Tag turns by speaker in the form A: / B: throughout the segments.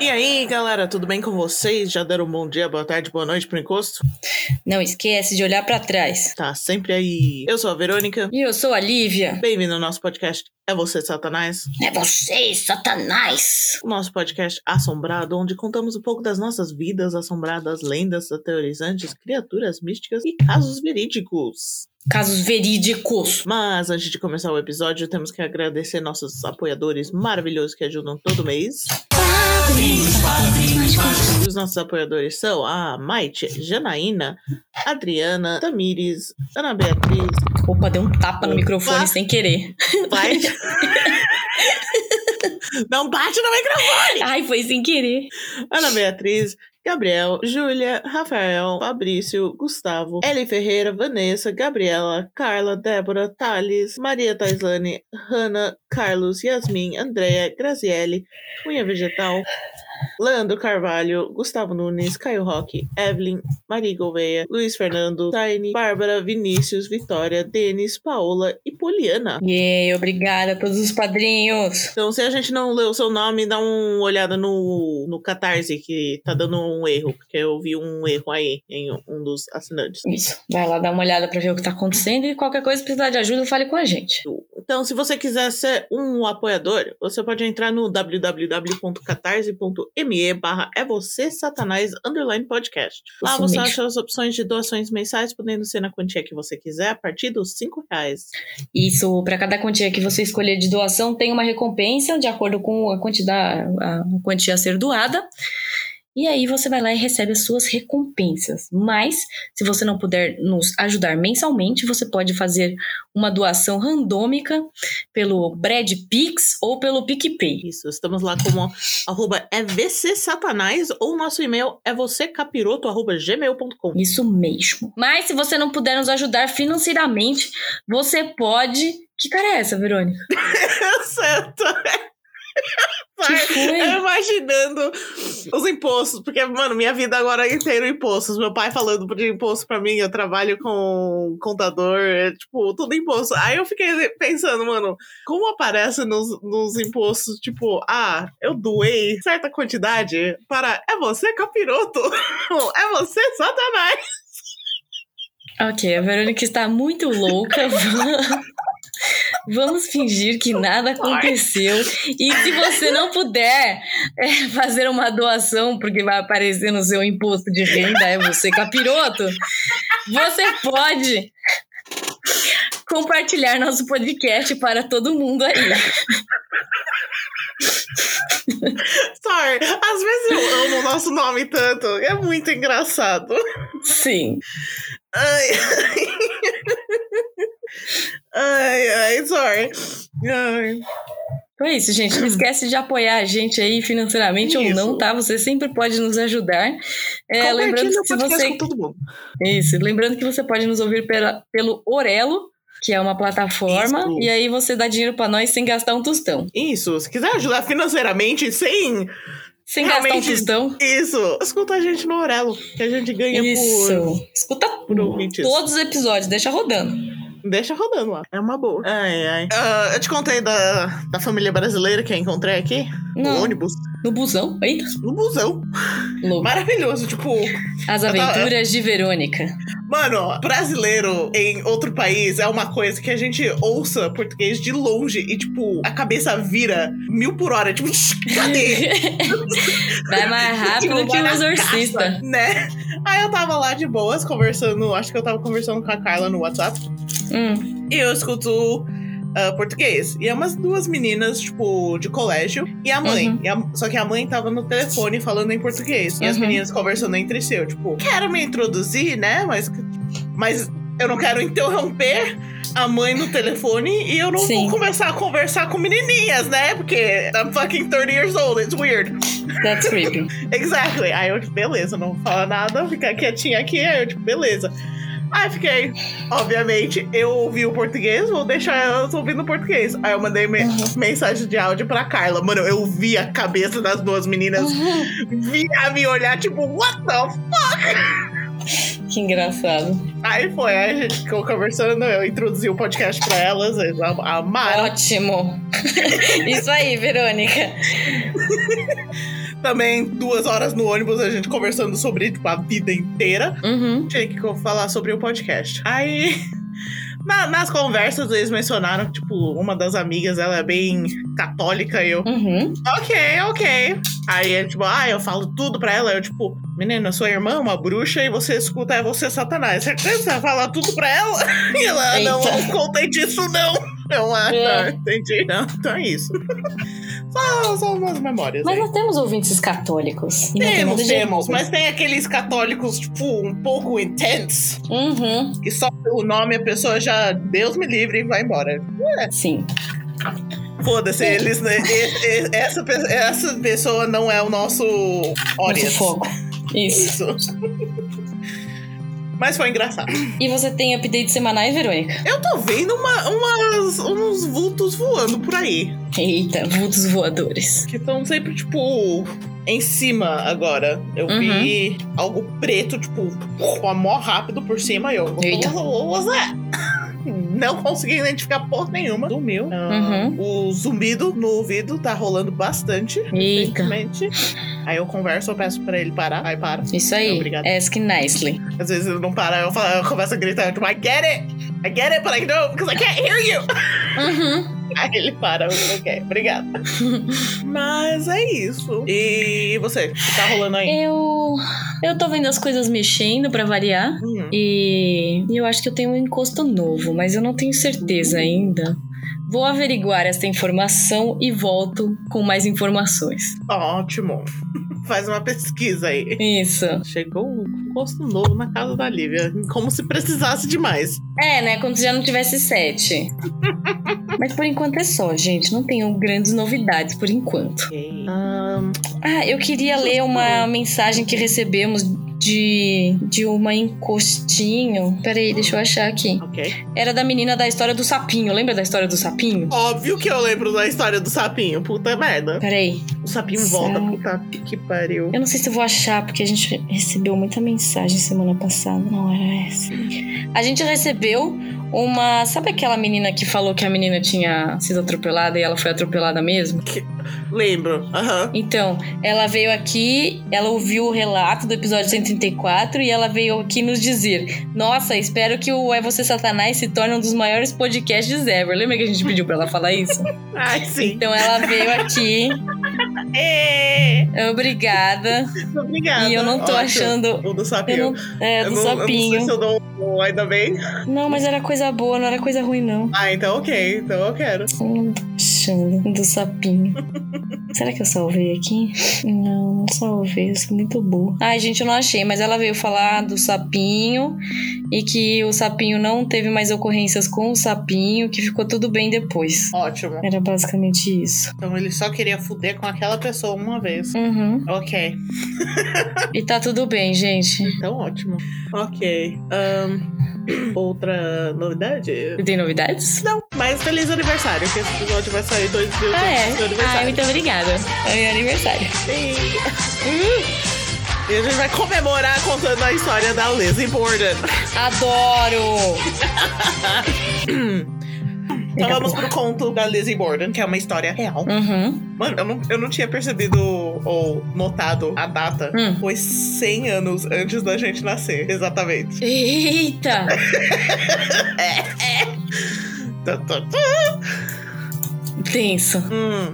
A: E aí, galera, tudo bem com vocês? Já deram um bom dia, boa tarde, boa noite pro encosto?
B: Não esquece de olhar pra trás.
A: Tá sempre aí. Eu sou a Verônica.
B: E eu sou a Lívia.
A: Bem-vindo ao nosso podcast É Você, Satanás?
B: É você, Satanás!
A: O nosso podcast Assombrado, onde contamos um pouco das nossas vidas assombradas, lendas aterrorizantes, criaturas místicas e casos verídicos.
B: Casos verídicos.
A: Mas antes de começar o episódio, temos que agradecer nossos apoiadores maravilhosos que ajudam todo mês. Os nossos apoiadores são a Maite, Janaína, Adriana, Tamires, Ana Beatriz.
B: Opa, deu um tapa no
A: Opa.
B: microfone sem querer.
A: Vai. Não bate no microfone!
B: Ai, foi sem querer.
A: Ana Beatriz, Gabriel, Júlia, Rafael, Fabrício, Gustavo, Eli Ferreira, Vanessa, Gabriela, Carla, Débora, Thales, Maria Taislane, Hanna, Carlos, Yasmin, Andréa, Graziele, Unha Vegetal, Lando Carvalho, Gustavo Nunes, Caio Roque, Evelyn, Maria Gouveia, Luiz Fernando, Taine, Bárbara, Vinícius, Vitória, Denis, Paola e Poliana.
B: E obrigada a todos os padrinhos.
A: Então, se a gente não leu o seu nome, dá uma olhada no, no Catarse, que tá dando um erro, porque eu vi um erro aí em um dos assinantes.
B: Isso. Vai lá dar uma olhada pra ver o que tá acontecendo e qualquer coisa, se precisar de ajuda, fale com a gente.
A: Então, se você quiser ser um apoiador, você pode entrar no www.catarse.me barra é você satanás underline podcast. Lá
B: Isso
A: você
B: mesmo.
A: acha as opções de doações mensais, podendo ser na quantia que você quiser, a partir dos cinco reais.
B: Isso, para cada quantia que você escolher de doação, tem uma recompensa de acordo com a quantidade, a quantia a ser doada. E aí você vai lá e recebe as suas recompensas. Mas, se você não puder nos ajudar mensalmente, você pode fazer uma doação randômica pelo Brad Pix ou pelo PicPay.
A: Isso, estamos lá como arroba é VC Satanás ou nosso e-mail é você capiroto arroba gmail.com.
B: Isso mesmo. Mas se você não puder nos ajudar financeiramente, você pode. Que cara é essa, Verônica?
A: certo.
B: Que
A: Vai,
B: foi?
A: eu imaginando os impostos, porque, mano, minha vida agora é inteira impostos. Meu pai falando de imposto pra mim, eu trabalho com contador, é, tipo, tudo imposto. Aí eu fiquei pensando, mano, como aparece nos, nos impostos, tipo, ah, eu doei certa quantidade para. É você, capiroto? é você, satanás?
B: Ok, a Verônica está muito louca. Va- Vamos fingir que nada aconteceu. E se você não puder é, fazer uma doação, porque vai aparecer no seu imposto de renda, é você capiroto, você pode compartilhar nosso podcast para todo mundo aí.
A: Sorry, às vezes eu amo o nosso nome tanto, é muito engraçado.
B: Sim.
A: Ai, ai, ai, sorry. Ai.
B: Então é isso, gente. Não esquece de apoiar a gente aí financeiramente ou
A: Isso.
B: não, tá? Você sempre pode nos ajudar. É, lembrando
A: Compartilha
B: que
A: o
B: se
A: podcast
B: você
A: com todo mundo.
B: Isso. Lembrando que você pode nos ouvir pela- pelo Orelo, que é uma plataforma,
A: Isso.
B: e aí você dá dinheiro pra nós sem gastar um tostão.
A: Isso, se quiser ajudar financeiramente, sim.
B: Sem
A: Realmente-
B: gastar um tostão.
A: Isso, escuta a gente no Orelo, que a gente ganha
B: Isso. Escuta
A: por, um por ouvintes.
B: todos os episódios, deixa rodando.
A: Deixa rodando lá, é uma boa. Ai, ai. Ah, eu te contei da, da família brasileira que eu encontrei aqui? No
B: Não,
A: ônibus?
B: no busão. Eita,
A: No busão.
B: louco.
A: Maravilhoso, tipo...
B: As
A: Eu tava-
B: aventuras de Verônica.
A: Mano, brasileiro em outro país é uma coisa que a gente ouça português de longe e, tipo, a cabeça vira mil por hora. Tipo, cadê?
B: Vai mais rápido
A: Tipo,
B: que
A: vai
B: o
A: na
B: exorcista.
A: caça, né? Aí eu tava lá de boas conversando, acho que eu tava conversando com a Carla no WhatsApp.
B: Hum,
A: E eu escuto ah, português. E é umas duas meninas, tipo, de colégio. E a mãe.
B: Uhum.
A: E a- só que a mãe tava no telefone falando em português. E as
B: Uhum.
A: meninas conversando entre si. Eu, tipo, quero me introduzir, né? Mas, mas eu não quero interromper a mãe no telefone. E eu não
B: Sim.
A: vou começar a conversar com menininhas, né? Porque I'm fucking 30 years old. It's weird.
B: that's creepy.
A: Exactly. Aí eu, tipo, beleza, não vou falar nada, vou ficar quietinha aqui. Aí eu, tipo, beleza. Aí fiquei, obviamente, eu ouvi o português, vou deixar elas ouvindo o português. Aí eu mandei me-
B: Uhum.
A: mensagem de áudio pra Carla. Mano, eu vi a cabeça das duas meninas virar me olhar, tipo, what the f-?
B: que engraçado.
A: Aí foi, aí a gente ficou conversando, eu introduzi o podcast pra elas, eles am- Ah, amaram.
B: Ótimo. Isso aí, Verônica.
A: Também duas horas no ônibus, a gente conversando sobre tipo, a vida inteira.
B: Uhum.
A: Tinha que falar sobre o podcast. Aí. na- nas conversas eles mencionaram que, tipo, uma das amigas, ela é bem católica e eu.
B: Uhum.
A: Ok, ok. Aí é tipo, ah, eu falo tudo pra ela. Eu, tipo, menina, sua irmã é uma bruxa e você escuta, é você Satanás. Certeza? Você vai falar tudo pra ela? E ela, "Ah, não,
B: Eita.
A: eu não contei disso, não. Eu, ah, tá,
B: É.
A: entendi. Não, então é isso. Só, só umas memórias.
B: Mas
A: aí.
B: assim, né, nós temos ouvintes católicos. E não tem nada
A: Temos,
B: de
A: temos,
B: errado.
A: mas tem aqueles católicos, tipo, um pouco intensos,
B: Uhum.
A: que só pelo nome a pessoa já, Deus me livre, e vai embora.
B: Sim.
A: Foda-se, eles. né, e- e- essa, pe- essa pessoa não é o nosso
B: Nosso
A: audience.
B: foco. Isso.
A: Isso. Mas foi engraçado.
B: E você tem updates semanais, Verônica?
A: Eu tô vendo uma- umas- uns vultos voando por aí.
B: Eita, vultos voadores.
A: Que estão sempre, tipo, em cima agora. Eu vi
B: Uhum.
A: algo preto, tipo, voa mó rápido por cima. E eu,
B: Eita.
A: Zé! Não consegui identificar porra nenhuma. Sumiu. Ah,
B: Uhum.
A: O zumbido no ouvido tá rolando bastante.
B: Eita.
A: recentemente. Aí eu converso, eu peço pra ele parar. Aí para.
B: Isso aí. É.
A: Obrigado.
B: Ask nicely.
A: Às vezes ele não para, eu, falo, eu começo a gritar, tipo, I get it! I get it, but I don't, because I can't hear you!
B: Uhum.
A: Aí ele para, eu falo, ok, obrigada. Mas é isso. E você, o que tá rolando aí?
B: Eu. Eu tô vendo as coisas mexendo pra variar.
A: Hum.
B: E e eu acho que eu tenho um encosto novo, mas eu não tenho certeza ainda. Vou averiguar esta informação e volto com mais informações.
A: Ótimo. Faz uma pesquisa aí.
B: Isso.
A: Chegou um gosto novo na casa da Lívia. Como se precisasse demais.
B: É, né? Como se já não tivesse sete. Mas por enquanto é só, gente. Não tenho grandes novidades por enquanto.
A: Ahn,
B: Ah, eu queria ler uma mensagem que recebemos de, de uma encostinho. Peraí, deixa eu achar aqui.
A: ok.
B: Era da menina da história do sapinho. Lembra da história do sapinho?
A: Óbvio que eu lembro da história do sapinho. Puta merda.
B: Peraí.
A: O sapinho volta.
B: Sapo.
A: Puta que pariu.
B: Eu não sei se eu vou achar, porque a gente recebeu muita mensagem semana passada. Não era essa. A gente recebeu uma. Sabe aquela menina que falou que a menina tinha sido atropelada e ela foi atropelada mesmo?
A: Lembro. Aham.
B: Então, ela veio aqui, ela ouviu o relato do episódio 134 e ela veio aqui nos dizer: Nossa, espero que o É Você Satanás se torne um dos maiores podcasts ever. Lembra que a gente pediu pra ela falar isso?
A: Ai, sim.
B: Então, ela veio aqui.
A: É.
B: Obrigada.
A: Obrigada.
B: E eu não tô
A: Ótimo.
B: achando.
A: O do sapinho.
B: Eu não, é,
A: Eu
B: do
A: não- eu não sei
B: sapinho.
A: se eu dou um ainda bem.
B: Não, mas era coisa boa, não era coisa ruim, não.
A: Ah, então ok. Então eu quero.
B: Eu não tô achando do sapinho. Será que eu salvei aqui? Não, não salvei, eu sou muito boa. Ai, gente, eu não achei, mas ela veio falar do sapinho e que o sapinho não teve mais ocorrências com o sapinho, que ficou tudo bem depois.
A: Ótimo.
B: Era basicamente isso.
A: Então ele só queria fuder com aquela pessoa uma vez.
B: Uhum.
A: Ok.
B: E tá tudo bem, gente.
A: Então ótimo. Ok. Ahn, outra novidade?
B: Tem novidades?
A: Não, mas feliz aniversário, que esse episódio vai sair dois dias
B: Ah, é?
A: antes do seu
B: Ai,
A: aniversário.
B: muito obrigada. É meu aniversário.
A: Sim. E a gente vai comemorar contando a história da Liz Important.
B: Adoro!
A: Então vamos pro conto da Lizzie Borden, que é uma história real.
B: Uhum.
A: Mano, eu não, eu não tinha percebido ou notado a data.
B: Hum.
A: Foi 100 anos antes da gente nascer, exatamente. É,
B: Eita!
A: Tá, tá, tá.
B: Tenso.
A: Hum.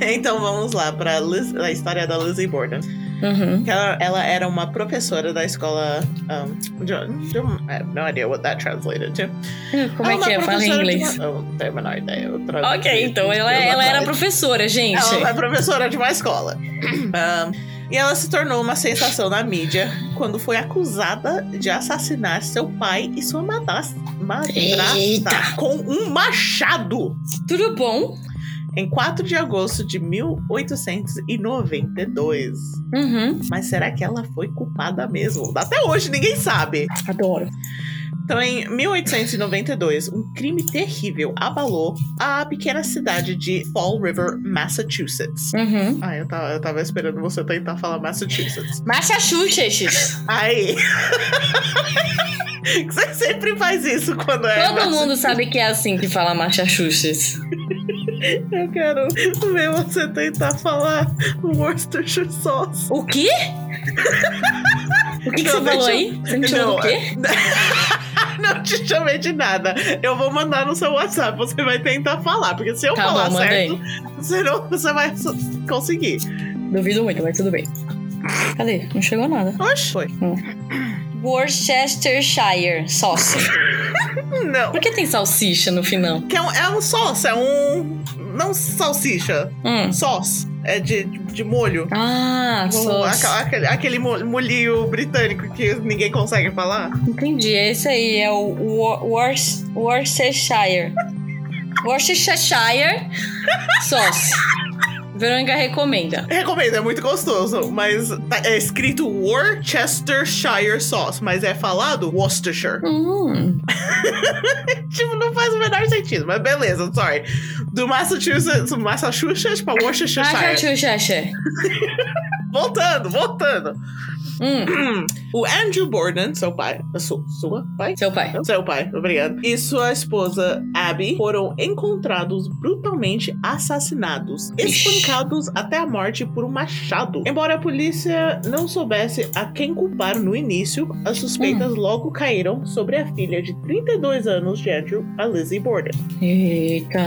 A: então vamos lá para a história da Lizzie Borden.
B: Uhum.
A: Que Ela, ela era uma professora da escola. Um, de, de, I have no idea what that translated to.
B: Como é
A: Ela
B: que é?
A: uma
B: Fala
A: professora
B: em
A: de
B: inglês.
A: uma- Eu não tenho a menor ideia. eu traduzi
B: Ok, então
A: isso
B: ela,
A: pela
B: ela era
A: frase.
B: professora, gente.
A: Ela é professora de uma escola. Um, e ela se tornou uma sensação na mídia quando foi acusada de assassinar seu pai e sua madrasta madrasta
B: Eita.
A: com um machado
B: Tudo bom?
A: em 4 de agosto de 1892.
B: Uhum.
A: Mas será que ela foi culpada mesmo? Até hoje ninguém sabe.
B: Adoro.
A: Então, em 1892, um crime terrível abalou a pequena cidade de Fall River, Massachusetts.
B: Uhum.
A: Ah, eu tava, eu tava esperando você tentar falar Massachusetts.
B: Massachusetts.
A: Aí. Que Você sempre faz isso quando é.
B: Todo mundo sabe que é assim que fala Massachusetts.
A: Eu quero ver você tentar falar Worcestershire sauce.
B: O quê? O que, que
A: Não,
B: você falou
A: deixa eu-
B: aí? Você me chamou
A: Não,
B: do quê?
A: Não te chamei de nada. Eu vou mandar no seu WhatsApp. Você vai tentar falar. Porque se eu
B: Tá
A: falar
B: bom, mandei.
A: certo, você, não, você vai so- conseguir.
B: Duvido muito, mas tudo bem. Cadê? Não chegou nada.
A: Oxe, foi.
B: Worcestershire sauce.
A: Não.
B: Por que tem salsicha no final?
A: Que é, um, é um sauce, é um. Não salsicha.
B: Hum.
A: Sauce. É de, de molho.
B: Ah,
A: Um-
B: sauce.
A: aca- Aquele, aquele mo- molhinho britânico que ninguém consegue falar.
B: Entendi, é esse aí, é o Wor- Wors- Worcestershire. Worcestershire sauce. Verônica recomenda.
A: Recomendo, é muito gostoso, mas tá- é escrito Worcestershire Sauce, mas é falado Worcestershire.
B: Hum,
A: Tipo, não faz o menor sentido, mas beleza, sorry. Do Massachusetts, Massachusetts pra
B: Ah,
A: Worcestershire.
B: Massachusetts.
A: Voltando, voltando.
B: Hum,
A: O Andrew Borden, seu pai, su- sua pai?
B: seu pai.
A: É Seu pai, obrigado. E sua esposa, Abby, foram encontrados brutalmente assassinados,
B: Ixi.
A: espancados até a morte por um machado. Embora a polícia não soubesse a quem culpar no início, as suspeitas
B: Hum.
A: logo caíram sobre a filha de 32 anos de Andrew, a Lizzie Borden.
B: Eita.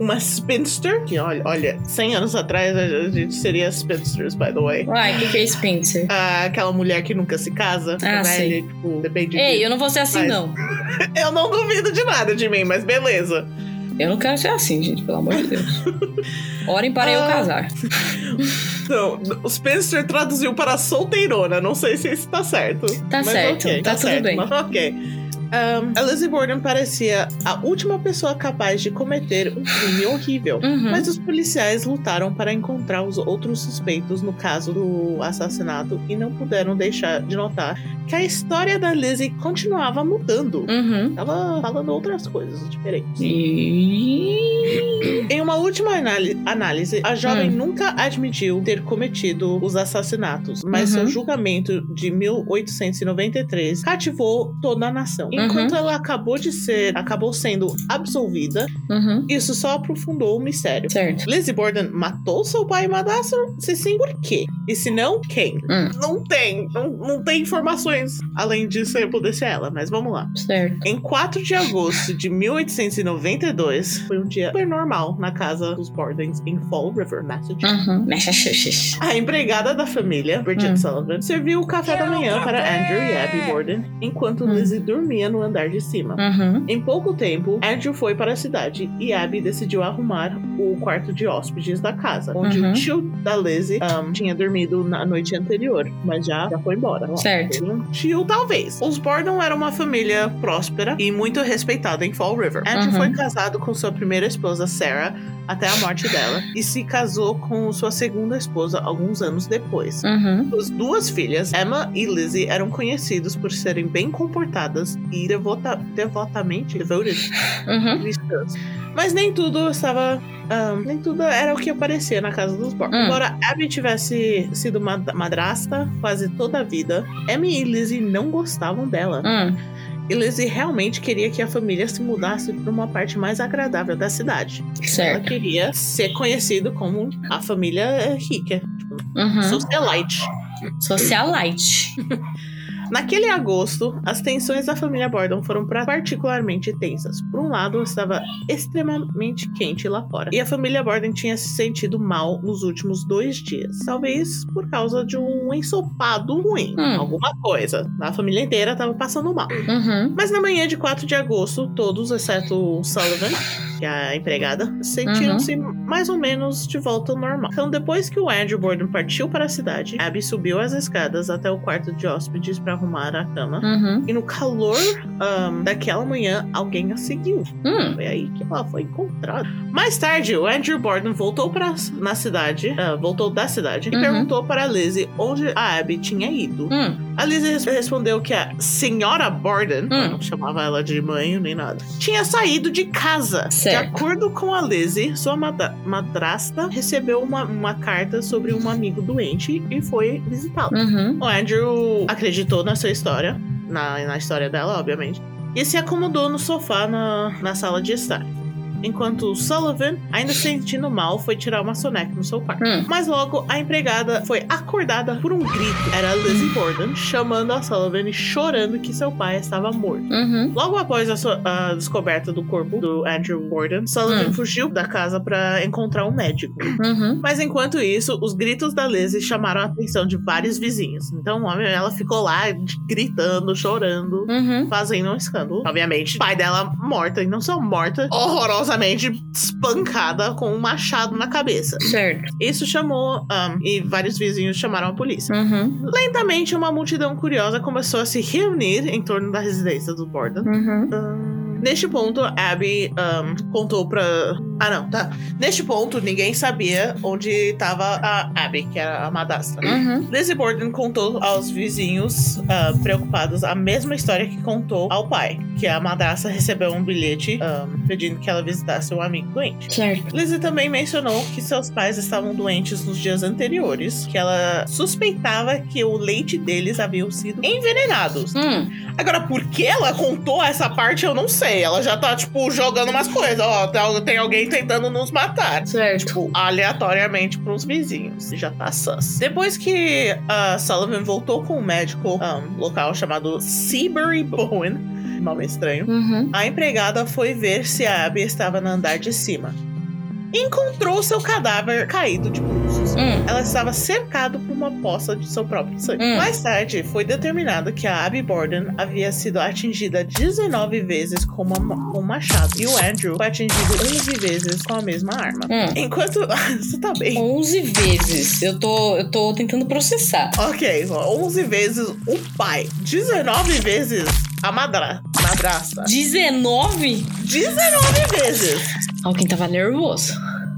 A: Uma spinster, que olha, olha, 100 anos atrás a gente seria spinsters, by the way.
B: Uai, o que, que é Spencer?
A: Ah, Aquela mulher que nunca se casa,
B: Ah,
A: velha,
B: sei.
A: tipo, depende de-
B: Ei, eu não vou ser assim,
A: Vai.
B: não.
A: eu não duvido de nada de mim, mas beleza.
B: Eu não quero ser assim, gente, pelo amor de Deus. Orem para eu
A: Ah.
B: casar.
A: Não, o Spencer traduziu para solteirona. Não sei se isso tá certo.
B: Tá
A: Mas
B: certo,
A: ok,
B: tá tudo bem.
A: mas ok. Ahn, a Lizzie Borden parecia a última pessoa capaz de cometer um crime horrível.
B: Uhum.
A: Mas os policiais lutaram para encontrar os outros suspeitos no caso do assassinato e não puderam deixar de notar que a história da Lizzie continuava mudando.
B: Uhum.
A: Ela falando outras coisas diferentes.
B: E...
A: Em uma última anali- análise, a jovem
B: Hum.
A: nunca admitiu ter cometido os assassinatos, mas
B: Uhum.
A: seu julgamento de 1893 cativou toda a nação.
B: Uhum.
A: Enquanto ela acabou de ser, acabou sendo absolvida,
B: Uhum.
A: isso só aprofundou o mistério.
B: Certo.
A: Lizzie Borden matou seu pai e madrasto? Se sim, por quê? E se não, quem?
B: Hum.
A: Não tem, não, não tem informações além disso eu poder ser ela, mas vamos lá.
B: Certo.
A: Em 4 de agosto de 1892, foi um dia super normal na casa dos Bordens em Fall River, Massachusetts.
B: Uhum. Massachusetts.
A: A empregada da família, Bridget
B: Hum.
A: Sullivan, serviu o café da manhã para Andrew e Abby Borden, enquanto
B: Hum.
A: Lizzie dormia no andar de cima.
B: Uhum.
A: Em pouco tempo, Andrew foi para a cidade e Abby decidiu arrumar o quarto de hóspedes da casa, onde
B: Uhum.
A: o tio da Lizzie ahn, tinha dormido na noite anterior, mas já, já foi embora.
B: Certo.
A: Um tio, talvez. Os Borden eram uma família próspera e muito respeitada em Fall River. Andrew
B: Uhum.
A: foi casado com sua primeira esposa, Sarah, até a morte dela, e se casou com sua segunda esposa alguns anos depois.
B: Uhum.
A: Suas duas filhas, Emma e Lizzie, eram conhecidos por serem bem comportadas e devota devotamente devoted
B: Uhum.
A: cristãs. Mas nem tudo estava. ahn, nem tudo era o que aparecia na casa dos Borg.
B: Hum.
A: Embora Abby tivesse sido mad- madrasta quase toda a vida, Amy e Lizzie não gostavam dela.
B: Hum.
A: E Lizzie realmente queria que a família se mudasse para uma parte mais agradável da cidade. Ela
B: Certo.
A: queria ser conhecida como a família rica,
B: Uhum.
A: socialite.
B: Socialite.
A: Naquele agosto, as tensões da família Borden foram pra- particularmente tensas. Por um lado, estava extremamente quente lá fora, e a família Borden tinha se sentido mal nos últimos dois dias. Talvez por causa de um ensopado ruim,
B: Hum.
A: alguma coisa. A família inteira estava passando mal.
B: Uhum.
A: Mas na manhã de 4 de agosto, todos, exceto o Sullivan, que é a empregada, sentiram-se mais ou menos de volta ao normal. Então, depois que o Andrew Borden partiu para a cidade, Abby subiu as escadas até o quarto de hóspedes para arrumar a cama.
B: Uhum.
A: E no calor ahn, daquela manhã, alguém a seguiu.
B: Hum.
A: Foi aí que ela foi encontrada. Mais tarde, o Andrew Borden voltou para na cidade, ah, voltou da cidade e
B: Uhum.
A: perguntou para Lizzie onde a Abby tinha ido.
B: Hum.
A: A Lizzie res- respondeu que a senhora Borden,
B: Hum.
A: não chamava ela de mãe nem nada, tinha saído de casa.
B: Certo.
A: De acordo com a Lizzie, sua mada- madrasta recebeu uma, uma carta sobre um amigo doente e foi visitá-la.
B: Uhum.
A: O Andrew acreditou na sua história, na, na história dela, obviamente, e se acomodou no sofá na, na sala de estar. Enquanto o Sullivan, ainda se sentindo mal, foi tirar uma soneca no seu quarto.
B: Hum.
A: Mas logo a empregada foi acordada por um grito. Era a Lizzie Borden chamando a Sullivan e chorando que seu pai estava morto.
B: Uhum.
A: Logo após a, sua- a descoberta do corpo do Andrew Borden, Sullivan
B: Hum.
A: fugiu da casa para encontrar um médico.
B: Uhum.
A: Mas enquanto isso, os gritos da Lizzie chamaram a atenção de vários vizinhos. Então a- ela ficou lá de- gritando, chorando,
B: Uhum.
A: fazendo um escândalo. Obviamente, o pai dela morta, e não só morta, horrorosamente espancada com um machado na cabeça.
B: Certo.
A: Isso chamou, ahn, e vários vizinhos chamaram a polícia.
B: Uhum.
A: Lentamente, uma multidão curiosa começou a se reunir em torno da residência do Borden.
B: Uhum.
A: Ahn, Neste ponto, Abby ahn, contou pra. Ah, não, tá. Neste ponto, ninguém sabia onde tava a Abby, que era a madrasta.
B: Uhum.
A: Lizzie Borden contou aos vizinhos ah, preocupados a mesma história que contou ao pai, que a madrasta recebeu um bilhete ahn, pedindo que ela visitasse um amigo doente.
B: Certo.
A: Lizzie também mencionou que seus pais estavam doentes nos dias anteriores, que ela suspeitava que o leite deles haviam sido envenenados.
B: Hum.
A: Agora, por que ela contou essa parte, eu não sei. Ela já tá, tipo, jogando umas coisas. Ó, tem al- tem alguém tentando nos matar.
B: Certo.
A: Tipo, aleatoriamente pros vizinhos. Já tá sus. Depois que a Sullivan voltou com um médico um, local chamado Seabury Bowen, nome estranho,
B: Uhum.
A: a empregada foi ver se a Abby estava no andar de cima. Encontrou seu cadáver caído de bruços
B: Hum.
A: ela estava cercada por uma poça de seu próprio sangue.
B: Hum.
A: Mais tarde, foi determinado que a Abby Borden havia sido atingida 19 vezes com, uma, ma- com um machado e o Andrew foi atingido 11 vezes com a mesma arma.
B: Hum.
A: Enquanto. Você tá bem?
B: 11 vezes. Eu tô, eu tô tentando processar.
A: Ok, 11 vezes o pai, 19 vezes a madra madrasta,
B: 19?
A: 19 vezes,
B: Alguém tava nervoso.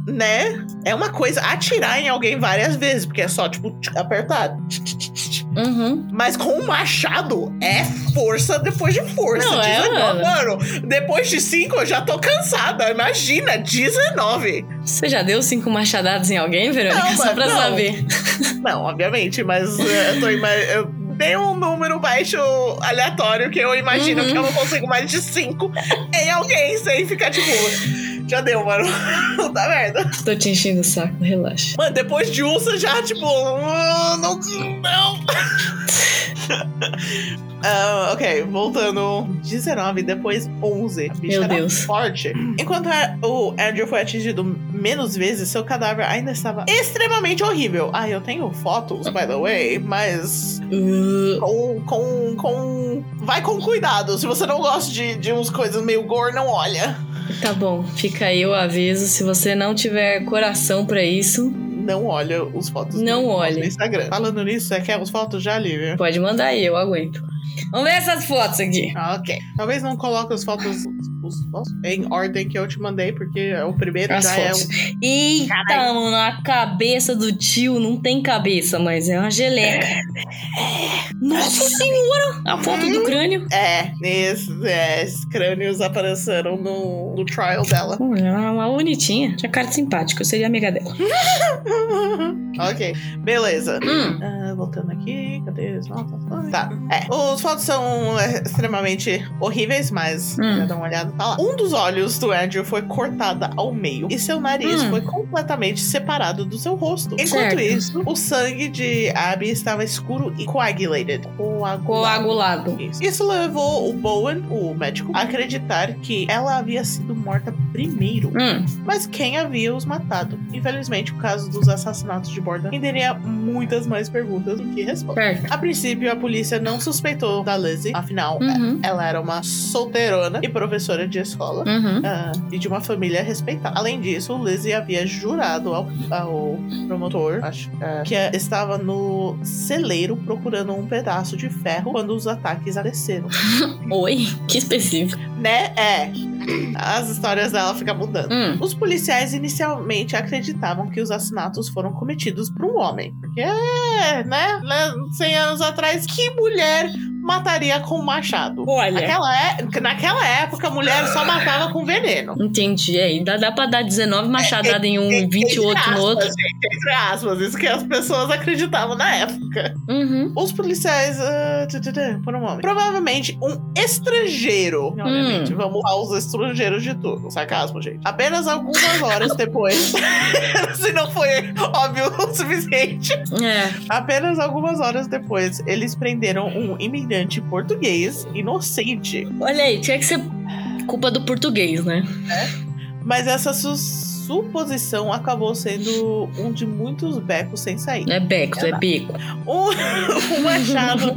A: né? É uma coisa atirar em alguém várias vezes, porque é só, tipo, tch, apertar. tch, tch, tch, tch,
B: Uhum.
A: Mas com o machado é força depois de força.
B: Não, é,
A: 19, mano. Depois de 5 eu já tô cansada. Imagina, 19.
B: Você já deu cinco machadadas em alguém, Verônica?
A: Não,
B: Só
A: mas
B: pra
A: não.
B: saber.
A: Não, obviamente, mas é, eu tô ima- eu dei um número baixo aleatório que eu imagino
B: Uhum.
A: que eu não consigo mais de 5 em alguém sem ficar tipo. Já deu, mano. Puta merda.
B: Tô te enchendo o saco, relaxa.
A: Mano, depois de um, você já, tipo. "Ah, Não. não. Ah, ok, voltando. 19, depois 11. A bicha
B: Meu
A: era
B: Deus.
A: Forte. Enquanto a- o Andrew foi atingido menos vezes, seu cadáver ainda estava extremamente horrível. Ah, eu tenho fotos, by the way, mas
B: Uh,
A: com. com, com... Vai com cuidado. Se você não gosta de, de umas coisas meio gore, não olha.
B: tá bom, fica aí o aviso. Se você não tiver coração pra isso,
A: Não olha os fotos
B: Não
A: do,
B: olhe.
A: do Instagram. Falando nisso, você quer as fotos já, Lívia?
B: pode mandar aí, eu aguento. Vamos ver essas fotos aqui.
A: Ah, Ok. Talvez não coloque as fotos, os- os fotos em ordem que eu te mandei, porque o primeiro
B: As
A: já é
B: fotos. Eita,
A: Caralho.
B: mano, a cabeça do tio não tem cabeça, mas é uma geleca. É. Nossa senhora! A foto do crânio.
A: É, esses, é, esses crânios apareceram no, no trial dela.
B: Olha, ela é uma bonitinha. Tinha cara de simpática, eu seria amiga dela.
A: ok, beleza.
B: Hum,
A: Ah, voltando aqui, cadê as notas? Ai. Tá, é. Os fotos são é, extremamente horríveis, mas
B: Hum.
A: já dá uma olhada, tá lá. Um dos olhos do Andrew foi cortado ao meio e seu nariz
B: Hum.
A: foi completamente separado do seu rosto. Enquanto
B: Certo.
A: isso, o sangue de Abby estava escuro e coagulated. Coagulado.
B: coagulado.
A: Isso. Isso levou o Bowen, o médico, a acreditar que ela havia sido morta primeiro,
B: Hum,
A: mas quem havia os matado. Infelizmente, o caso dos assassinatos de Borda renderia muitas mais perguntas do que respostas.
B: certo.
A: A princípio, a polícia não suspeitou da Lizzie, afinal,
B: Uhum,
A: ela era uma solteirona e professora de escola.
B: uhum.
A: ah, e de uma família respeitada. Além disso, Lizzie havia jurado ao, ao promotor acho, ah, que estava no celeiro procurando um pedaço de ferro quando os ataques aconteceram.
B: Oi, que específico.
A: né? É. As histórias dela ficam mudando.
B: Hum.
A: Os policiais inicialmente acreditavam que os assassinatos foram cometidos por um homem. Porque, é, né? né, 100 anos atrás, que mulher mataria com um machado?
B: Olha.
A: Naquela, é- naquela época, a mulher só matava com veneno.
B: Entendi. É, e dá, dá pra dar 19 machadadas em
A: É,
B: um, 28 no outro.
A: gente, entre aspas, isso que as pessoas acreditavam na época.
B: Uhum.
A: Os policiais. ah, tê, tê, tê, por um homem. Provavelmente um estrangeiro.
B: Hum.
A: Obviamente, vamos usar os estrangeiros de tudo. Sarcasmo, gente. Apenas algumas horas depois. se não foi óbvio o suficiente.
B: É.
A: Apenas algumas horas depois, eles prenderam um imigrante português inocente.
B: Olha aí, tinha que ser culpa do português, né?
A: Mas essa su- suposição acabou sendo um de muitos becos sem sair.
B: Não é beco, é bico.
A: Um, um machado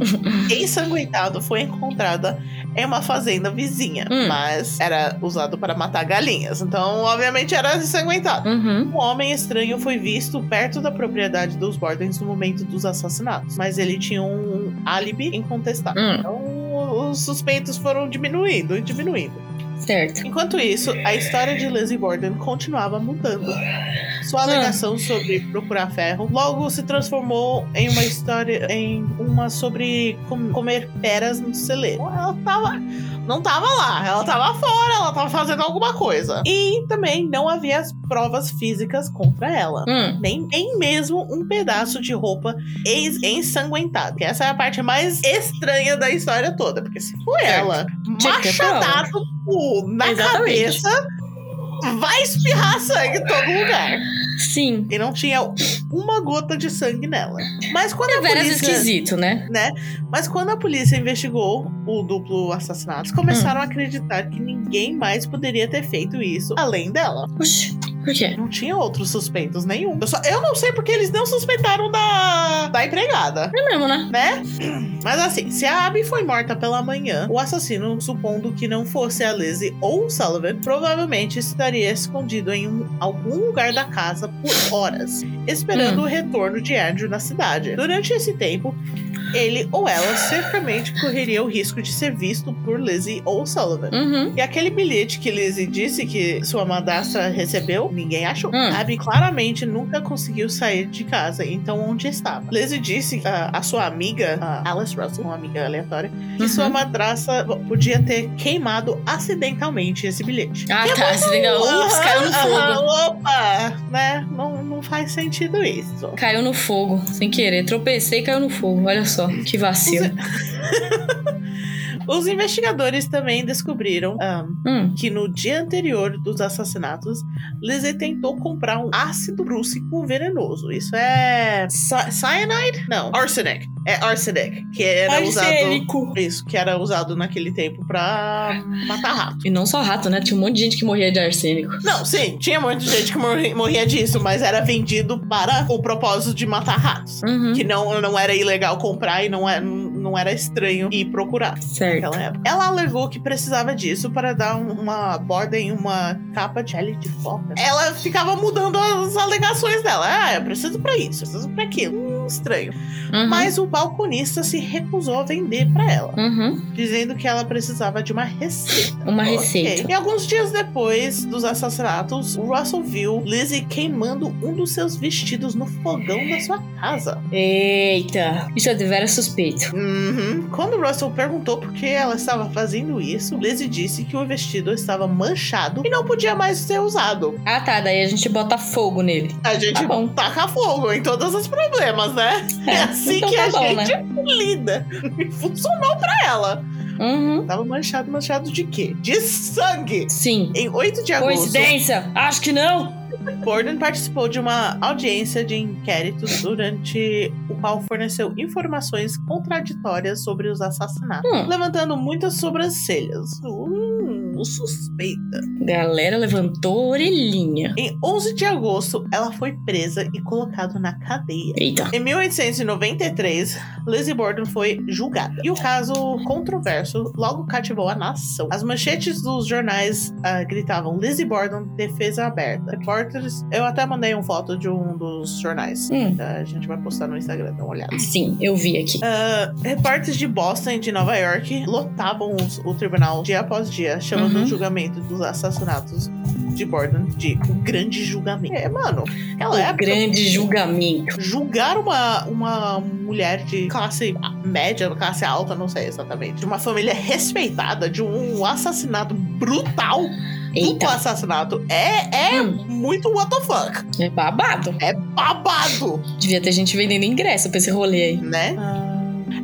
A: ensanguentado foi encontrado em uma fazenda vizinha,
B: Hum.
A: mas era usado para matar galinhas, então obviamente era ensanguentado.
B: Uhum.
A: Um homem estranho foi visto perto da propriedade dos Bordens no momento dos assassinatos, mas ele tinha um álibi incontestável.
B: Hum.
A: Então os suspeitos foram diminuindo e diminuindo.
B: Certo.
A: Enquanto isso, a história de Lizzie Borden continuava mudando. Sua alegação sobre procurar ferro logo se transformou em uma história, em uma sobre com- comer peras no celeiro. Ela tava, não tava lá, ela tava fora, ela tava fazendo alguma coisa. E também não havia as provas físicas contra ela.
B: Hum.
A: Nem, nem mesmo um pedaço de roupa ex- ensanguentado. Que essa é a parte mais estranha da história toda. Porque se for
B: Certo.
A: ela,
B: Tinha que ter
A: machadado pô, na
B: Exatamente.
A: cabeça, vai espirrar sangue em todo
B: Ah.
A: lugar.
B: Sim.
A: E não tinha uma gota de sangue nela. Mas quando a
B: Deveras
A: polícia...
B: é esquisito, né?
A: Mas quando a polícia investigou o duplo assassinato, eles
B: Hum.
A: começaram a acreditar que ninguém mais poderia ter feito isso além dela.
B: Oxi, por quê?
A: Não tinha outros suspeitos nenhum. Eu, só- eu não sei porque eles não suspeitaram da, da empregada.
B: É mesmo, né?
A: Mas assim, se a Abby foi morta pela manhã, o assassino, supondo que não fosse a Lizzie ou o Sullivan, provavelmente estaria escondido em um- algum lugar da casa por horas, esperando
B: Hum.
A: o retorno de Andrew na cidade. Durante esse tempo, ele ou ela certamente correria o risco de ser visto por Lizzie ou Sullivan.
B: Uhum.
A: E aquele bilhete que Lizzie disse que sua madrasta recebeu, ninguém achou.
B: Hum.
A: Abby claramente nunca conseguiu sair de casa, então onde estava? Lizzie disse a, a sua amiga, a Alice Russell, uma amiga aleatória, que
B: Uhum.
A: sua madrasta podia ter queimado acidentalmente esse bilhete.
B: Ah, tá. Você tem que... Ups,
A: um, Aham,
B: caiu no
A: aham,
B: fogo.
A: Opa! Né? Não, não faz sentido isso.
B: Caiu no fogo, sem querer. Tropecei e caiu no fogo. Olha só, que vacilo.
A: Os investigadores também descobriram ah,
B: Hum.
A: que no dia anterior dos assassinatos, Lizzie tentou comprar um ácido brússico venenoso. Isso é ci- cyanide? Não, arsenic. É arsenic, que era usado isso, que era usado naquele tempo pra matar rato.
B: E não só rato, né? Tinha um monte de gente que morria de arsênico.
A: Não, sim, tinha muita gente que morri- morria disso, mas era vendido para o propósito de matar ratos.
B: Uhum.
A: Que não, não era ilegal comprar e não era, não era estranho ir procurar
B: Certo.
A: naquela época. Ela alegou que precisava disso para dar um- uma borda em uma capa de pele de foca. Ela ficava mudando as alegações dela. Ah, eu preciso pra isso, eu preciso pra aquilo. Hum, estranho.
B: Uhum.
A: Mas o balconista se recusou a vender pra ela,
B: Uhum.
A: dizendo que ela precisava de uma receita.
B: Uma
A: Ok.
B: receita.
A: E alguns dias depois dos assassinatos, o Russell viu Lizzie queimando um dos seus vestidos no fogão da sua casa.
B: Eita. Isso é deveras suspeito.
A: Uhum. Quando Russell perguntou por que ela estava fazendo isso, Lizzie disse que o vestido estava manchado e não podia mais ser usado.
B: Ah, tá. Daí a gente bota fogo nele.
A: A gente
B: Tá bom.
A: taca fogo em todos os problemas, né? É, assim
B: então
A: que
B: tá
A: a
B: bom,
A: gente lida. E funcionou pra ela.
B: né? Uhum.
A: Tava manchado, manchado de quê? De sangue!
B: Sim.
A: Em 8 de agosto,
B: Coincidência? Acho que não.
A: Gordon participou de uma audiência de inquéritos durante o qual forneceu informações contraditórias sobre os assassinatos,
B: Hum.
A: levantando muitas sobrancelhas. Hum, suspeita.
B: Galera levantou a orelhinha.
A: Em 11 de agosto, ela foi presa e colocada na cadeia.
B: Eita.
A: Em 1893, Lizzie Borden foi julgada. E o caso controverso logo cativou a nação. As manchetes dos jornais ah, gritavam Lizzie Borden, defesa aberta. Repórter repórteres. Eu até mandei uma foto de um dos jornais.
B: Hum.
A: A gente vai postar no Instagram, dá uma olhada.
B: Sim, eu vi aqui.
A: Ah, repórteres de Boston e de Nova York lotavam os- o tribunal dia após dia, chamando
B: Uhum.
A: o julgamento dos assassinatos de Borden de o grande julgamento. É, mano,
B: O
A: aquela época.
B: Um grande julgamento.
A: Julgar uma, uma mulher de classe média, classe alta, não sei exatamente, de uma família respeitada, de um assassinato brutal, duplo
B: Eita,
A: assassinato, é, é
B: Hum.
A: muito what the fuck.
B: é babado.
A: É babado,
B: Devia ter gente vendendo ingresso pra esse rolê aí.
A: né?
B: Ah.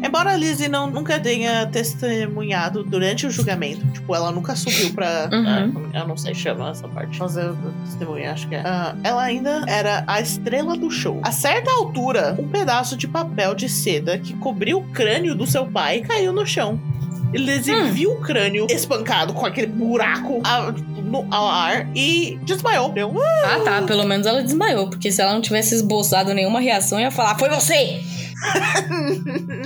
A: Embora a Lizzie não, nunca tenha testemunhado durante o julgamento, tipo, ela nunca subiu pra.
B: Uhum.
A: ah, eu não sei chama essa parte. Fazer testemunha, acho que é. Ah, ela ainda era a estrela do show. A certa altura, um pedaço de papel de seda que cobriu o crânio do seu pai caiu no chão. E Lizzie
B: Hum.
A: viu o crânio espancado com aquele buraco a- no, ao ar e desmaiou. Deu, "Ah!"
B: Ah, tá. Pelo menos ela desmaiou, porque se ela não tivesse esboçado nenhuma reação, ia falar: Foi você!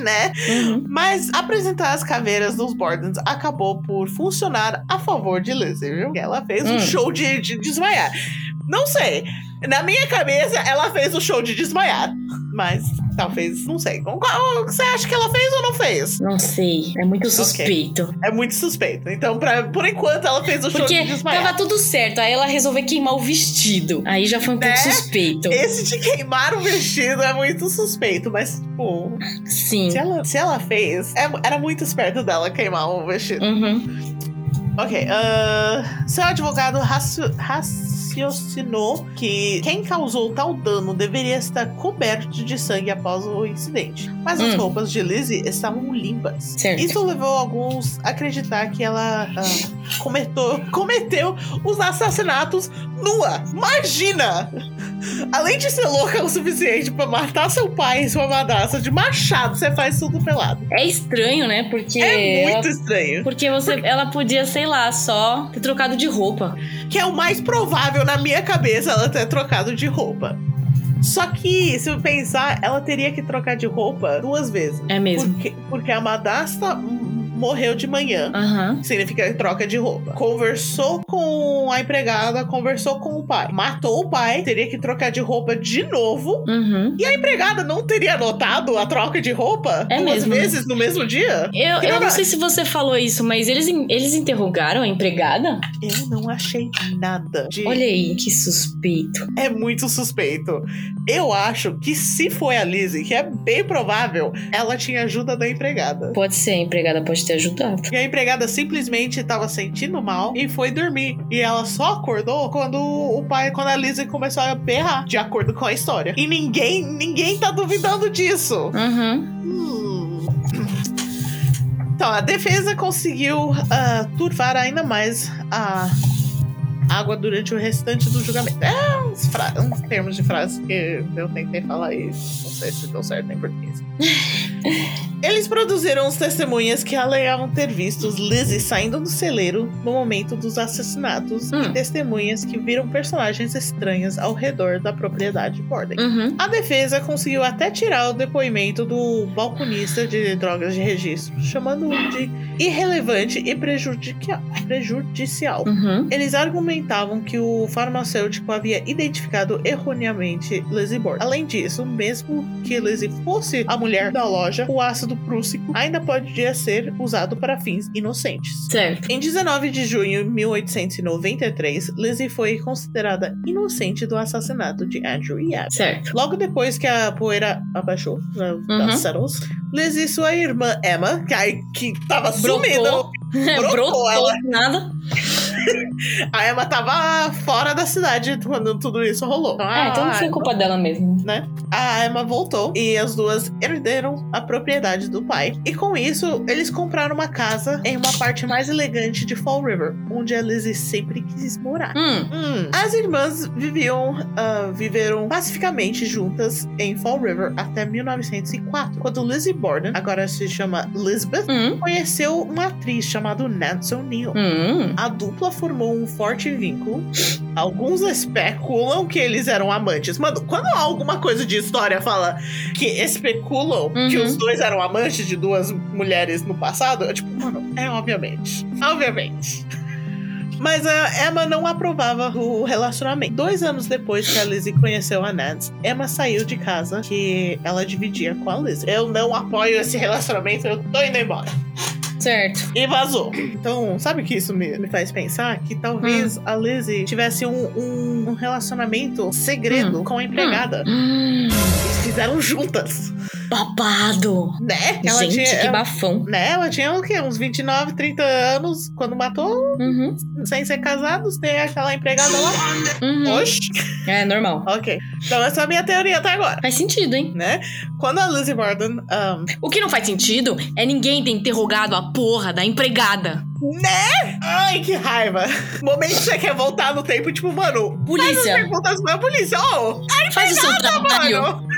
A: né?
B: Uhum.
A: Mas apresentar as caveiras dos Bordens acabou por funcionar a favor de Lizzie, viu? Ela fez um
B: Hum.
A: show de, de desmaiar. Não sei. Na minha cabeça, ela fez o show de desmaiar. Mas talvez, não sei. Qual- qual- Você acha que ela fez ou não fez?
B: Não sei. É muito suspeito.
A: É muito suspeito. Então, pra- por enquanto, ela fez o show
B: Porque
A: de desmaiar.
B: tava tudo certo. Aí ela resolveu queimar o vestido. Aí já foi um pouco
A: Né?
B: suspeito.
A: Esse de queimar o vestido é muito suspeito, mas, tipo,
B: Sim.
A: se ela, se ela fez, é- era muito esperto dela queimar o vestido.
B: Uhum.
A: Ok. ah, seu advogado raci- raciocinou que quem causou tal dano deveria estar coberto de sangue após o incidente. Mas as
B: Hum.
A: roupas de Lizzie estavam limpas.
B: Certo.
A: Isso levou alguns a acreditar que ela ah, cometou- cometeu os assassinatos nua. Imagina! Além de ser louca o suficiente pra matar seu pai e sua madrasta de machado, você faz tudo pelado.
B: É estranho, né? Porque.
A: É
B: ela-
A: muito estranho.
B: Porque você, ela podia, sei lá, só ter trocado de roupa.
A: que é o mais provável na minha cabeça ela ter trocado de roupa. Só que, se eu pensar, ela teria que trocar de roupa duas vezes.
B: É mesmo.
A: Porque, porque a Madasta hum, morreu de manhã.
B: Aham.
A: Significa troca de roupa. Conversou com a empregada, conversou com o pai. Matou o pai, teria que trocar de roupa de novo.
B: Uhum.
A: E a empregada não teria notado a troca de roupa
B: É
A: duas
B: mesmo, né?
A: vezes no mesmo dia?
B: Eu,
A: Que
B: eu não
A: nada-
B: sei se você falou isso, mas eles, in- eles interrogaram a empregada?
A: Eu não achei nada de
B: Olha aí, que suspeito.
A: É muito suspeito. Eu acho que se foi a Lizzie, que é bem provável, ela tinha ajuda da empregada.
B: Pode ser, a empregada pode ter ajudado.
A: E a empregada simplesmente estava sentindo mal e foi dormir. E ela só acordou quando o pai, quando a Lizzie começou a berrar, de acordo com a história. E ninguém, ninguém tá duvidando disso.
B: Uhum.
A: Hum. Então, a defesa conseguiu ah, turvar ainda mais a água durante o restante do julgamento. É uns, fra- uns termos de frase que eu tentei falar e não sei se deu certo em português. Eles produziram as testemunhas que alegavam ter visto os Lizzie saindo do celeiro no momento dos assassinatos
B: Hum.
A: e testemunhas que viram personagens estranhas ao redor da propriedade Borden.
B: Uhum.
A: A defesa conseguiu até tirar o depoimento do balconista de drogas de registro, chamando-o de irrelevante e prejudica- prejudicial.
B: Uhum.
A: Eles argumentavam que o farmacêutico havia identificado erroneamente Lizzie Borden. Além disso, mesmo que Lizzie fosse a mulher da loja, o ácido prússico ainda podia ser usado para fins inocentes.
B: Certo.
A: Em 19 de junho de 1893, Lizzie foi considerada inocente do assassinato de Andrew Yap.
B: Certo.
A: Logo depois que a poeira abaixou né, da-
B: Uhum.
A: das settles, Lizzie e sua irmã Emma, que, aí- que tava sumida,
B: Brotou,
A: Brotou ela.
B: do nada.
A: a Emma tava fora da cidade quando tudo isso rolou.
B: Ah, então não
A: a-
B: foi culpa dela mesmo.
A: A Emma voltou e as duas herderam a propriedade do pai. E com isso, eles compraram uma casa em uma parte mais elegante de Fall River, onde a Lizzie sempre quis morar.
B: Hum.
A: As irmãs viviam, ah, viveram pacificamente juntas em Fall River até 1904, quando Lizzie Borden, agora se chama Lisbeth,
B: Hum.
A: conheceu uma atriz chamada Nancy O'Neill.
B: Hum.
A: A dupla formou um forte vínculo. Alguns especulam que eles eram amantes. Mano, quando alguma coisa de história fala que especulam que
B: Uhum.
A: os dois eram amantes de duas mulheres no passado, eu tipo, mano, é obviamente. Obviamente. Mas a Emma não aprovava o relacionamento. Dois anos depois que a Lizzie conheceu a Nancy, Emma saiu de casa que ela dividia com a Lizzie. Eu não apoio esse relacionamento, eu tô indo embora.
B: Certo.
A: E vazou. Então, sabe o que isso me, me faz pensar? Que talvez
B: Hum.
A: a Lizzie tivesse um, um- um relacionamento segredo com a empregada.
B: Hum,
A: Eles fizeram juntas,
B: babado.
A: né? Ela
B: Gente,
A: tinha.
B: que bafão.
A: né? Ela tinha o quê? Uns 29, 30 anos quando matou,
B: Uhum,
A: sem ser casados, tem aquela empregada lá.
B: uhum.
A: Oxi.
B: É normal.
A: Ok. Então essa é a minha teoria até agora.
B: Faz sentido, hein?
A: Né? Quando a Lizzie Borden. ahn,
B: O que não faz sentido é ninguém ter interrogado a porra da empregada.
A: né? Ai, que raiva. Momento que você quer voltar no tempo, tipo, mano,
B: Polícia,
A: perguntas pra é polícia. Ô,
B: faz o seu trabalho.
A: mano.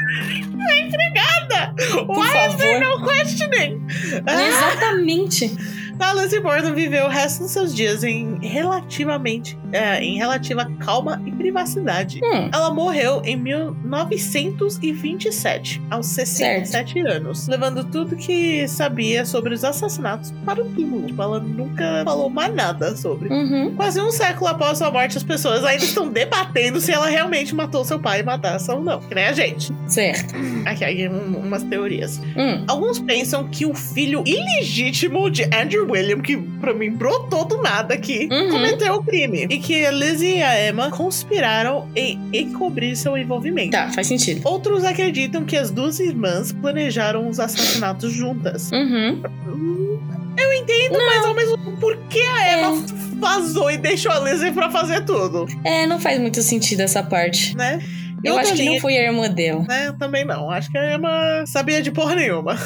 A: é empregada.
B: Por
A: Why is there
B: favor.
A: no questioning? Ah,
B: Exatamente.
A: a Lizzie Borden viveu o resto dos seus dias em relativamente. é, em relativa calma e privacidade.
B: Hum,
A: Ela morreu em 1927, aos 67 anos, levando tudo que sabia sobre os assassinatos para o túmulo. Tipo, ela nunca falou mais nada sobre.
B: uhum.
A: Quase um século após sua morte, as pessoas ainda estão debatendo se ela realmente matou seu pai e matasse ou não. Que nem a gente.
B: Certo.
A: Aqui, aqui um- umas teorias.
B: Hum.
A: Alguns pensam que o filho ilegítimo de Andrew William, que pra mim brotou do nada aqui,
B: Uhum.
A: cometeu o crime. E que a Lizzie e a Emma conspiraram em encobrir seu envolvimento.
B: Tá, faz sentido.
A: Outros acreditam que as duas irmãs planejaram os assassinatos juntas.
B: Uhum.
A: Hum, Eu entendo, mas ao mesmo tempo, por que a Emma vazou e deixou a Lizzie pra fazer tudo,
B: É, não faz muito sentido essa parte.
A: né? E
B: Eu
A: outra
B: acho que não
A: linha-
B: foi a irmã dela.
A: né, também não. Acho que a Emma sabia de porra nenhuma.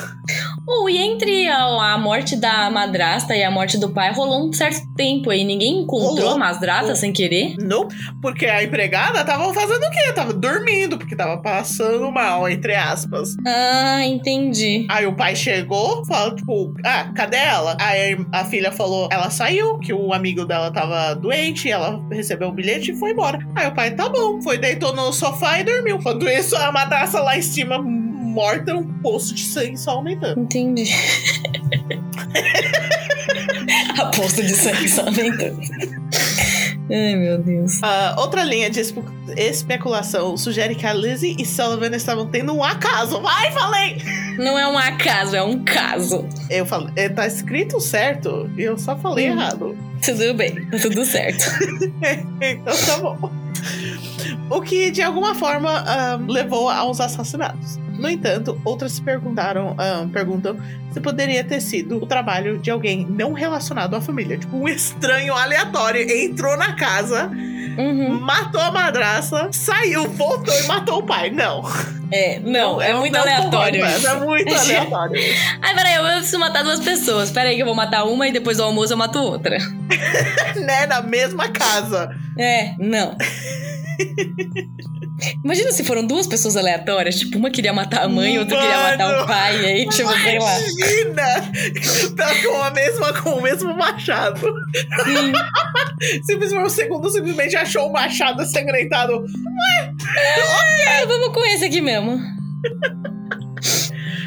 B: Ou e entre a, a morte da madrasta e a morte do pai, rolou um certo tempo aí. Ninguém encontrou
A: Rolou. Hum.
B: a madrasta
A: Rolou.
B: sem querer.
A: Não, porque a empregada tava fazendo o quê? Tava dormindo, porque tava passando mal, entre aspas.
B: Ah, entendi.
A: Aí o pai chegou, falou, tipo, ah, cadê ela? Aí a filha falou, ela saiu, que o amigo dela tava doente, ela recebeu o bilhete e foi embora. Aí o pai, tá bom, foi, deitou no sofá e dormiu. Enquanto isso, a madraça lá em cima, morta num poço de sangue só aumentando.
B: Entendi. Aposto de sangue só aumentando. Ai, meu Deus.
A: Ah, outra linha de espe- especulação sugere que a Lizzie e Sullivan estavam tendo um acaso. Vai, falei!
B: Não é um acaso, é um caso.
A: Eu falei, eh, tá escrito certo e eu só falei
B: Hum.
A: errado.
B: Tudo bem, tá tudo certo.
A: Então tá bom. O que de alguma forma ah, levou aos assassinatos. No entanto, outras se perguntaram, ah, perguntam se poderia ter sido o trabalho de alguém não relacionado à família. Tipo, um estranho aleatório entrou na casa,
B: Uhum.
A: matou a madraça, saiu, voltou e matou o pai. Não.
B: É, não, é
A: eu
B: muito
A: não
B: aleatório.
A: concordo,
B: isso.
A: É muito aleatório.
B: Ai, peraí, eu preciso matar duas pessoas. Peraí, que eu vou matar uma e depois do almoço eu mato outra.
A: né? Na mesma casa.
B: É, não. Imagina se foram duas pessoas aleatórias, tipo, uma queria matar a mãe, outra queria matar o
A: Mano.
B: pai, e aí, tipo, sei lá.
A: Imagina! Tá com a mesma, com o mesmo machado.
B: Sim.
A: Simplesmente o segundo simplesmente achou o machado sangrentado.
B: Ah, vamos com esse aqui mesmo.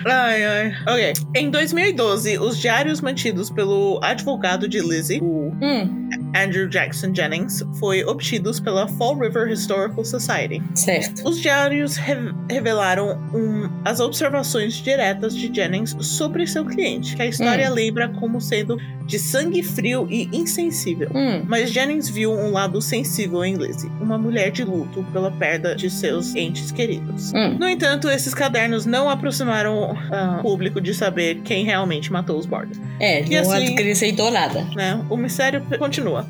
A: Ai, ai. Ok. Em 2012, os diários mantidos pelo advogado de Lizzie, o
B: Hum,
A: Andrew Jackson Jennings, foi obtidos pela Fall River Historical Society.
B: certo.
A: Os diários re- revelaram um- as observações diretas de Jennings sobre seu cliente, que a história Hum. lembra como sendo de sangue frio e insensível.
B: Hum,
A: Mas Jennings viu um lado sensível em Lizzie, uma mulher de luto pela perda de seus entes queridos.
B: hum.
A: No entanto, esses cadernos não aproximaram ah, o público de saber quem realmente matou os Borden.
B: É,
A: E
B: não
A: assim-
B: acrescentou nada.
A: né? O mistério pe- continua.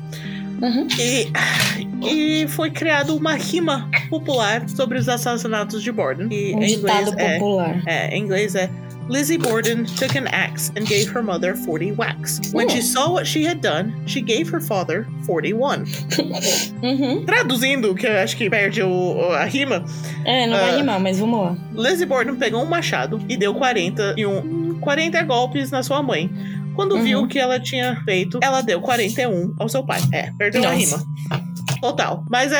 B: Uhum.
A: E, e foi criada uma rima popular sobre os assassinatos de Borden. E
B: Um
A: em
B: ditado
A: inglês é,
B: popular.
A: é, em inglês é Lizzie Borden took an axe and gave her mother 40 whacks. When
B: Oh.
A: she saw what she had done, she gave her father 41.
B: Uhum.
A: Traduzindo, que eu acho que perde o- o- a rima,
B: É, não vai
A: Ah.
B: rimar, mas vamos lá.
A: Lizzie Borden pegou um machado e deu 40, e um, 40 golpes na sua mãe. Quando
B: Uhum.
A: viu o que ela tinha feito, ela deu 41 ao seu pai. É, perdeu a
B: Nossa.
A: rima. Total. Mas é,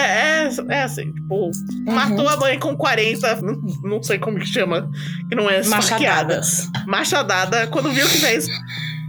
A: é, é assim, tipo,
B: Uhum.
A: matou a mãe com 40, não, não sei como que chama, que não é esfaqueada.
B: Machadadas.
A: Machadada. Quando viu o que fez,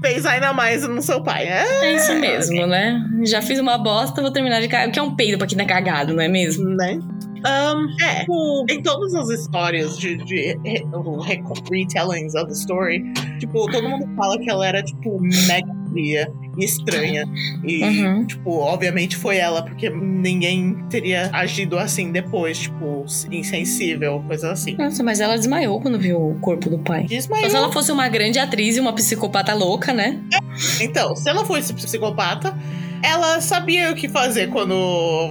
A: Pensa ainda mais no seu pai. É,
B: É isso mesmo, né? Já fiz uma bosta, vou terminar de cagar. Que é um peido pra quem tá cagado, não é mesmo?
A: né? Ahn, é, tipo, em todas as histórias de, de re- o re- retellings of the story, tipo, todo mundo fala que ela era, tipo, mega fria e estranha. E,
B: Uhum.
A: tipo, obviamente foi ela, porque ninguém teria agido assim depois, tipo, insensível, coisa assim.
B: Nossa, mas ela desmaiou quando viu o corpo do pai. Mas
A: Desmaiou.
B: se ela fosse uma grande atriz e uma psicopata louca, né?
A: Então, se ela fosse psicopata, ela sabia o que fazer quando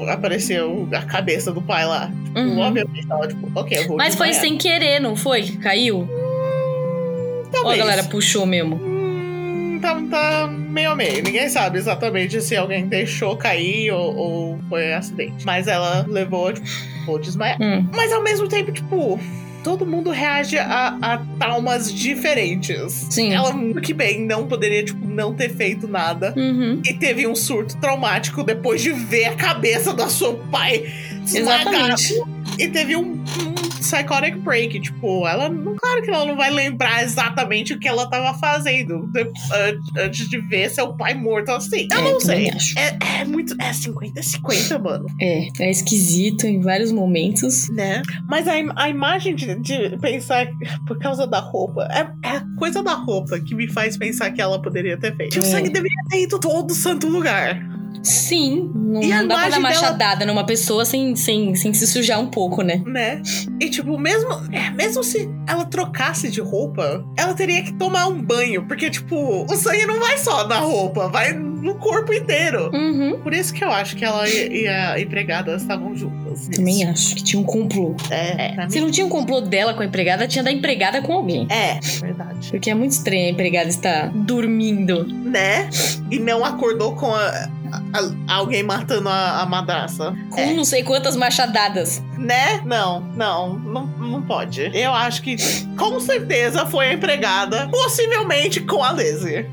A: apareceu a cabeça do pai lá. Tipo,
B: Uhum.
A: Obviamente, ela, tipo, ok, eu vou
B: Mas foi
A: desmaiar.
B: sem querer, não foi? Que Caiu? Ou a
A: Talvez.
B: galera puxou mesmo?
A: Hum, tá, tá meio a meio. Ninguém sabe exatamente se alguém deixou cair ou, ou foi um acidente. Mas ela levou, tipo, vou desmaiar.
B: Hum.
A: Mas ao mesmo tempo, tipo, todo mundo reage a, a traumas diferentes.
B: Sim.
A: Ela muito bem não poderia, tipo, não ter feito nada.
B: Uhum.
A: E teve um surto traumático depois de ver a cabeça da sua pai esmagada.
B: Exatamente.
A: E teve um, um psychotic break. Tipo, ela. não- Claro que ela não vai lembrar exatamente o que ela tava fazendo de- an- antes de ver seu pai morto assim. Eu
B: É,
A: não
B: também
A: sei.
B: acho.
A: É, é muito. É 50-50, mano.
B: É, é esquisito em vários momentos.
A: Né? Mas a, im- a imagem de, de pensar por causa da roupa. É, é a coisa da roupa que me faz pensar que ela poderia ter feito. Que o
B: É.
A: sangue deveria ter ido todo santo lugar.
B: Sim, não,
A: E a
B: não dá pra
A: imagem
B: dar
A: dela-
B: machadada numa pessoa sem, sem, sem se sujar um pouco, né?
A: né? E tipo, mesmo, é, mesmo se ela trocasse de roupa, ela teria que tomar um banho, porque tipo, o sangue não vai só na roupa, vai no corpo inteiro.
B: Uhum.
A: Por isso que eu acho que ela e, e a empregada estavam juntas. nisso.
B: Também acho que tinha um complô.
A: É, pra mim-
B: Se não tinha um complô dela com a empregada, tinha da empregada com alguém.
A: é, é verdade.
B: Porque é muito estranho a empregada estar dormindo.
A: Né? E não acordou com a- a- a- alguém matando a, a madraça.
B: Com
A: É.
B: não sei quantas machadadas.
A: Né? Não, não, não, não pode. Eu acho que com certeza foi a empregada, possivelmente com a Lizzie.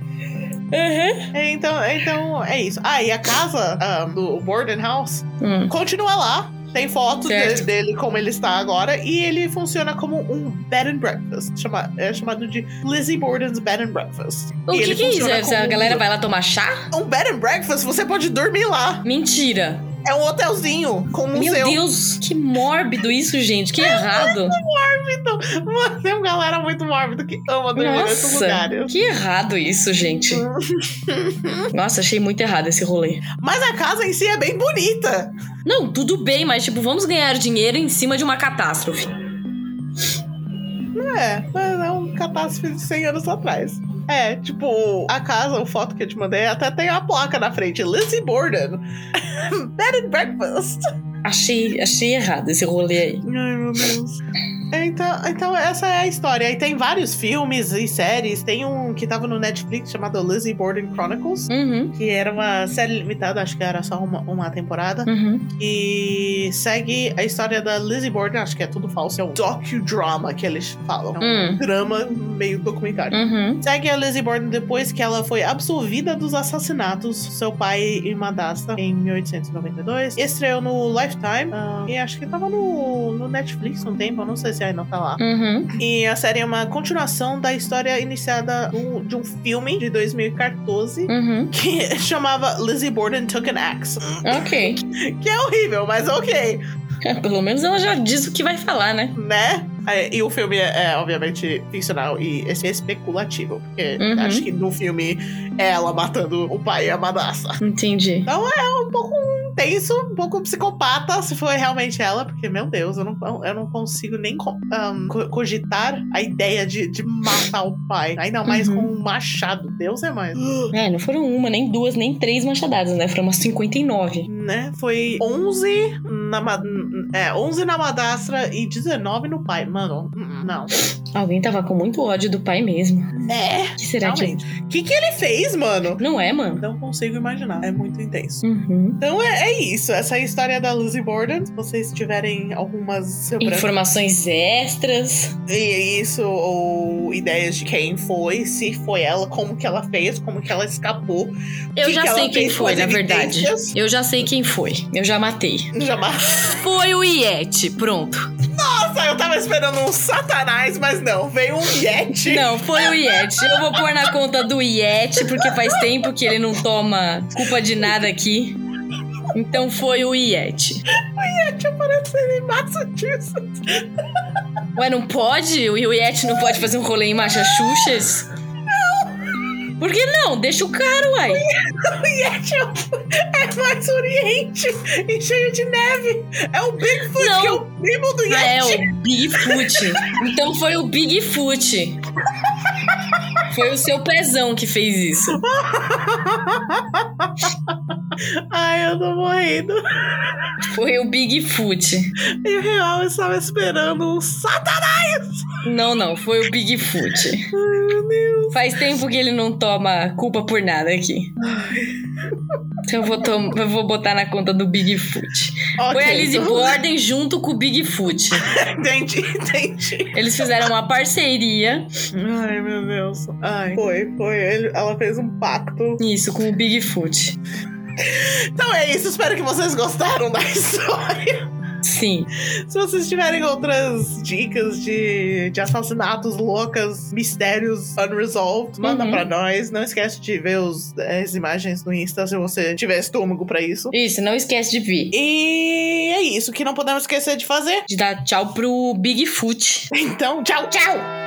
B: Uhum.
A: É, Então, então é isso. Ah, e a casa ah, do Borden House
B: Hum.
A: continua lá. Tem fotos
B: Certo.
A: de- dele como ele está agora. E ele funciona como um bed and breakfast. Chama, é chamado de Lizzie Borden's Bed and Breakfast.
B: O
A: E
B: que,
A: ele
B: que é isso?
A: funciona
B: Se a
A: como
B: galera
A: um-
B: vai lá tomar chá?
A: Um bed and breakfast, você pode dormir lá.
B: Mentira.
A: É um hotelzinho com um
B: Meu
A: museu.
B: Deus, que mórbido isso, gente. Que errado.
A: Mano, tem uma galera muito mórbida que ama dormir nesses
B: Nossa,
A: lugares.
B: que errado isso, gente. Nossa, achei muito errado esse rolê.
A: Mas a casa em si é bem bonita.
B: Não, tudo bem, mas tipo, vamos ganhar dinheiro em cima de uma catástrofe.
A: É, mas é um catástrofe de 100 anos atrás. É, tipo, a casa, a foto que eu te mandei, até tem a placa na frente. Lizzie Borden. Bed and breakfast.
B: Achei, achei errado esse rolê aí.
A: Ai, meu Deus. Então, então, essa é a história. E tem vários filmes e séries. Tem um que tava no Netflix chamado Lizzie Borden Chronicles.
B: Uhum,
A: Que era uma série limitada, acho que era só uma, uma temporada.
B: uhum.
A: E segue a história da Lizzie Borden, acho que é tudo falso. É um docudrama que eles falam. É um
B: Hum,
A: drama meio documentário.
B: uhum.
A: Segue a Lizzie Borden depois que ela foi absolvida dos assassinatos do seu pai e Madasta em 1892. Estreou no Lifetime ah, e acho que tava no, no Netflix um tempo, eu não sei se ainda tá lá.
B: Uhum.
A: E a série é uma continuação da história iniciada do- de um filme de 2014
B: Uhum.
A: que chamava Lizzie Borden Took an Axe.
B: Ok.
A: Que é horrível, mas ok,
B: Pelo menos ela já diz o que vai falar, né?
A: né? É, E o filme é, é, obviamente, ficcional e es- especulativo, porque
B: Uhum.
A: acho que no filme é ela matando o pai e a madraça.
B: Entendi.
A: um pouco tenso, um pouco psicopata, se foi realmente ela, porque, meu Deus, eu não, eu não consigo nem co- ahn, co- cogitar a ideia de, de matar o pai. Ainda mais
B: Uhum.
A: com um machado. Deus é mais.
B: É, não foram uma, nem duas, nem três machadadas, né? Foram umas 59.
A: Né? Foi 11 na, ma- é, 11 na madrastra e 19 no pai. Mano, não.
B: Alguém tava com muito ódio do pai mesmo.
A: Né?
B: O que será
A: Realmente. O que, que ele fez, mano?
B: que. Não é, mano?
A: Não consigo imaginar. É muito intenso.
B: Uhum.
A: Então é, é isso. Essa é a história da Lizzie Borden. Se vocês tiverem algumas sobrancelhas.
B: Informações extras.
A: E isso, ou ideias de quem foi, se foi ela, como que ela fez, como que ela escapou.
B: Eu
A: que
B: já
A: que ela
B: sei quem
A: fez com
B: foi,
A: as
B: na verdade.
A: evidências.
B: Eu já sei quem foi. Eu já matei.
A: Jamais.
B: Foi o Iete, pronto.
A: Nossa, eu tava esperando um satanás, mas não. Veio um Yeti.
B: Não, foi o Yeti. Eu vou pôr na conta do Yeti, porque faz tempo que ele não toma culpa de nada aqui. Então foi o Yeti.
A: O Yeti aparecendo em Massachusetts.
B: Ué, não pode? O Yeti não pode fazer um rolê em Massachusetts? Por que não? Deixa o cara, uai.
A: O Yeti é o- é mais oriente e cheio de neve. É o Bigfoot,
B: Não.
A: que é o primo do
B: Ah, É,
A: Yeti.
B: o Bigfoot. Então foi o Bigfoot. Foi o seu pezão que fez isso.
A: Ai, eu tô morrendo.
B: Foi o Bigfoot.
A: Em real, eu estava esperando um satanás.
B: Não, não, foi o Bigfoot.
A: Ai, meu Deus.
B: Faz tempo que ele não toma culpa por nada aqui. Então eu vou, tom- eu vou botar na conta do Bigfoot. Foi a
A: Ok,
B: Lizzie
A: então-
B: Borden junto com o Bigfoot.
A: Entendi, entendi.
B: Eles fizeram uma parceria,
A: Ai, meu Deus. Ai. Foi, foi. Ele- ela fez um pacto.
B: isso, com o Bigfoot.
A: Então é isso. Espero que vocês gostaram da história.
B: Sim.
A: Se vocês tiverem outras dicas de, de assassinatos loucas, mistérios unresolved, manda
B: Uhum.
A: pra nós. Não esquece de ver os- eh, as imagens no Insta se você tiver estômago pra isso.
B: Isso, não esquece de vir.
A: E é isso que não podemos esquecer de fazer.
B: De dar tchau pro Bigfoot.
A: Então, tchau, tchau!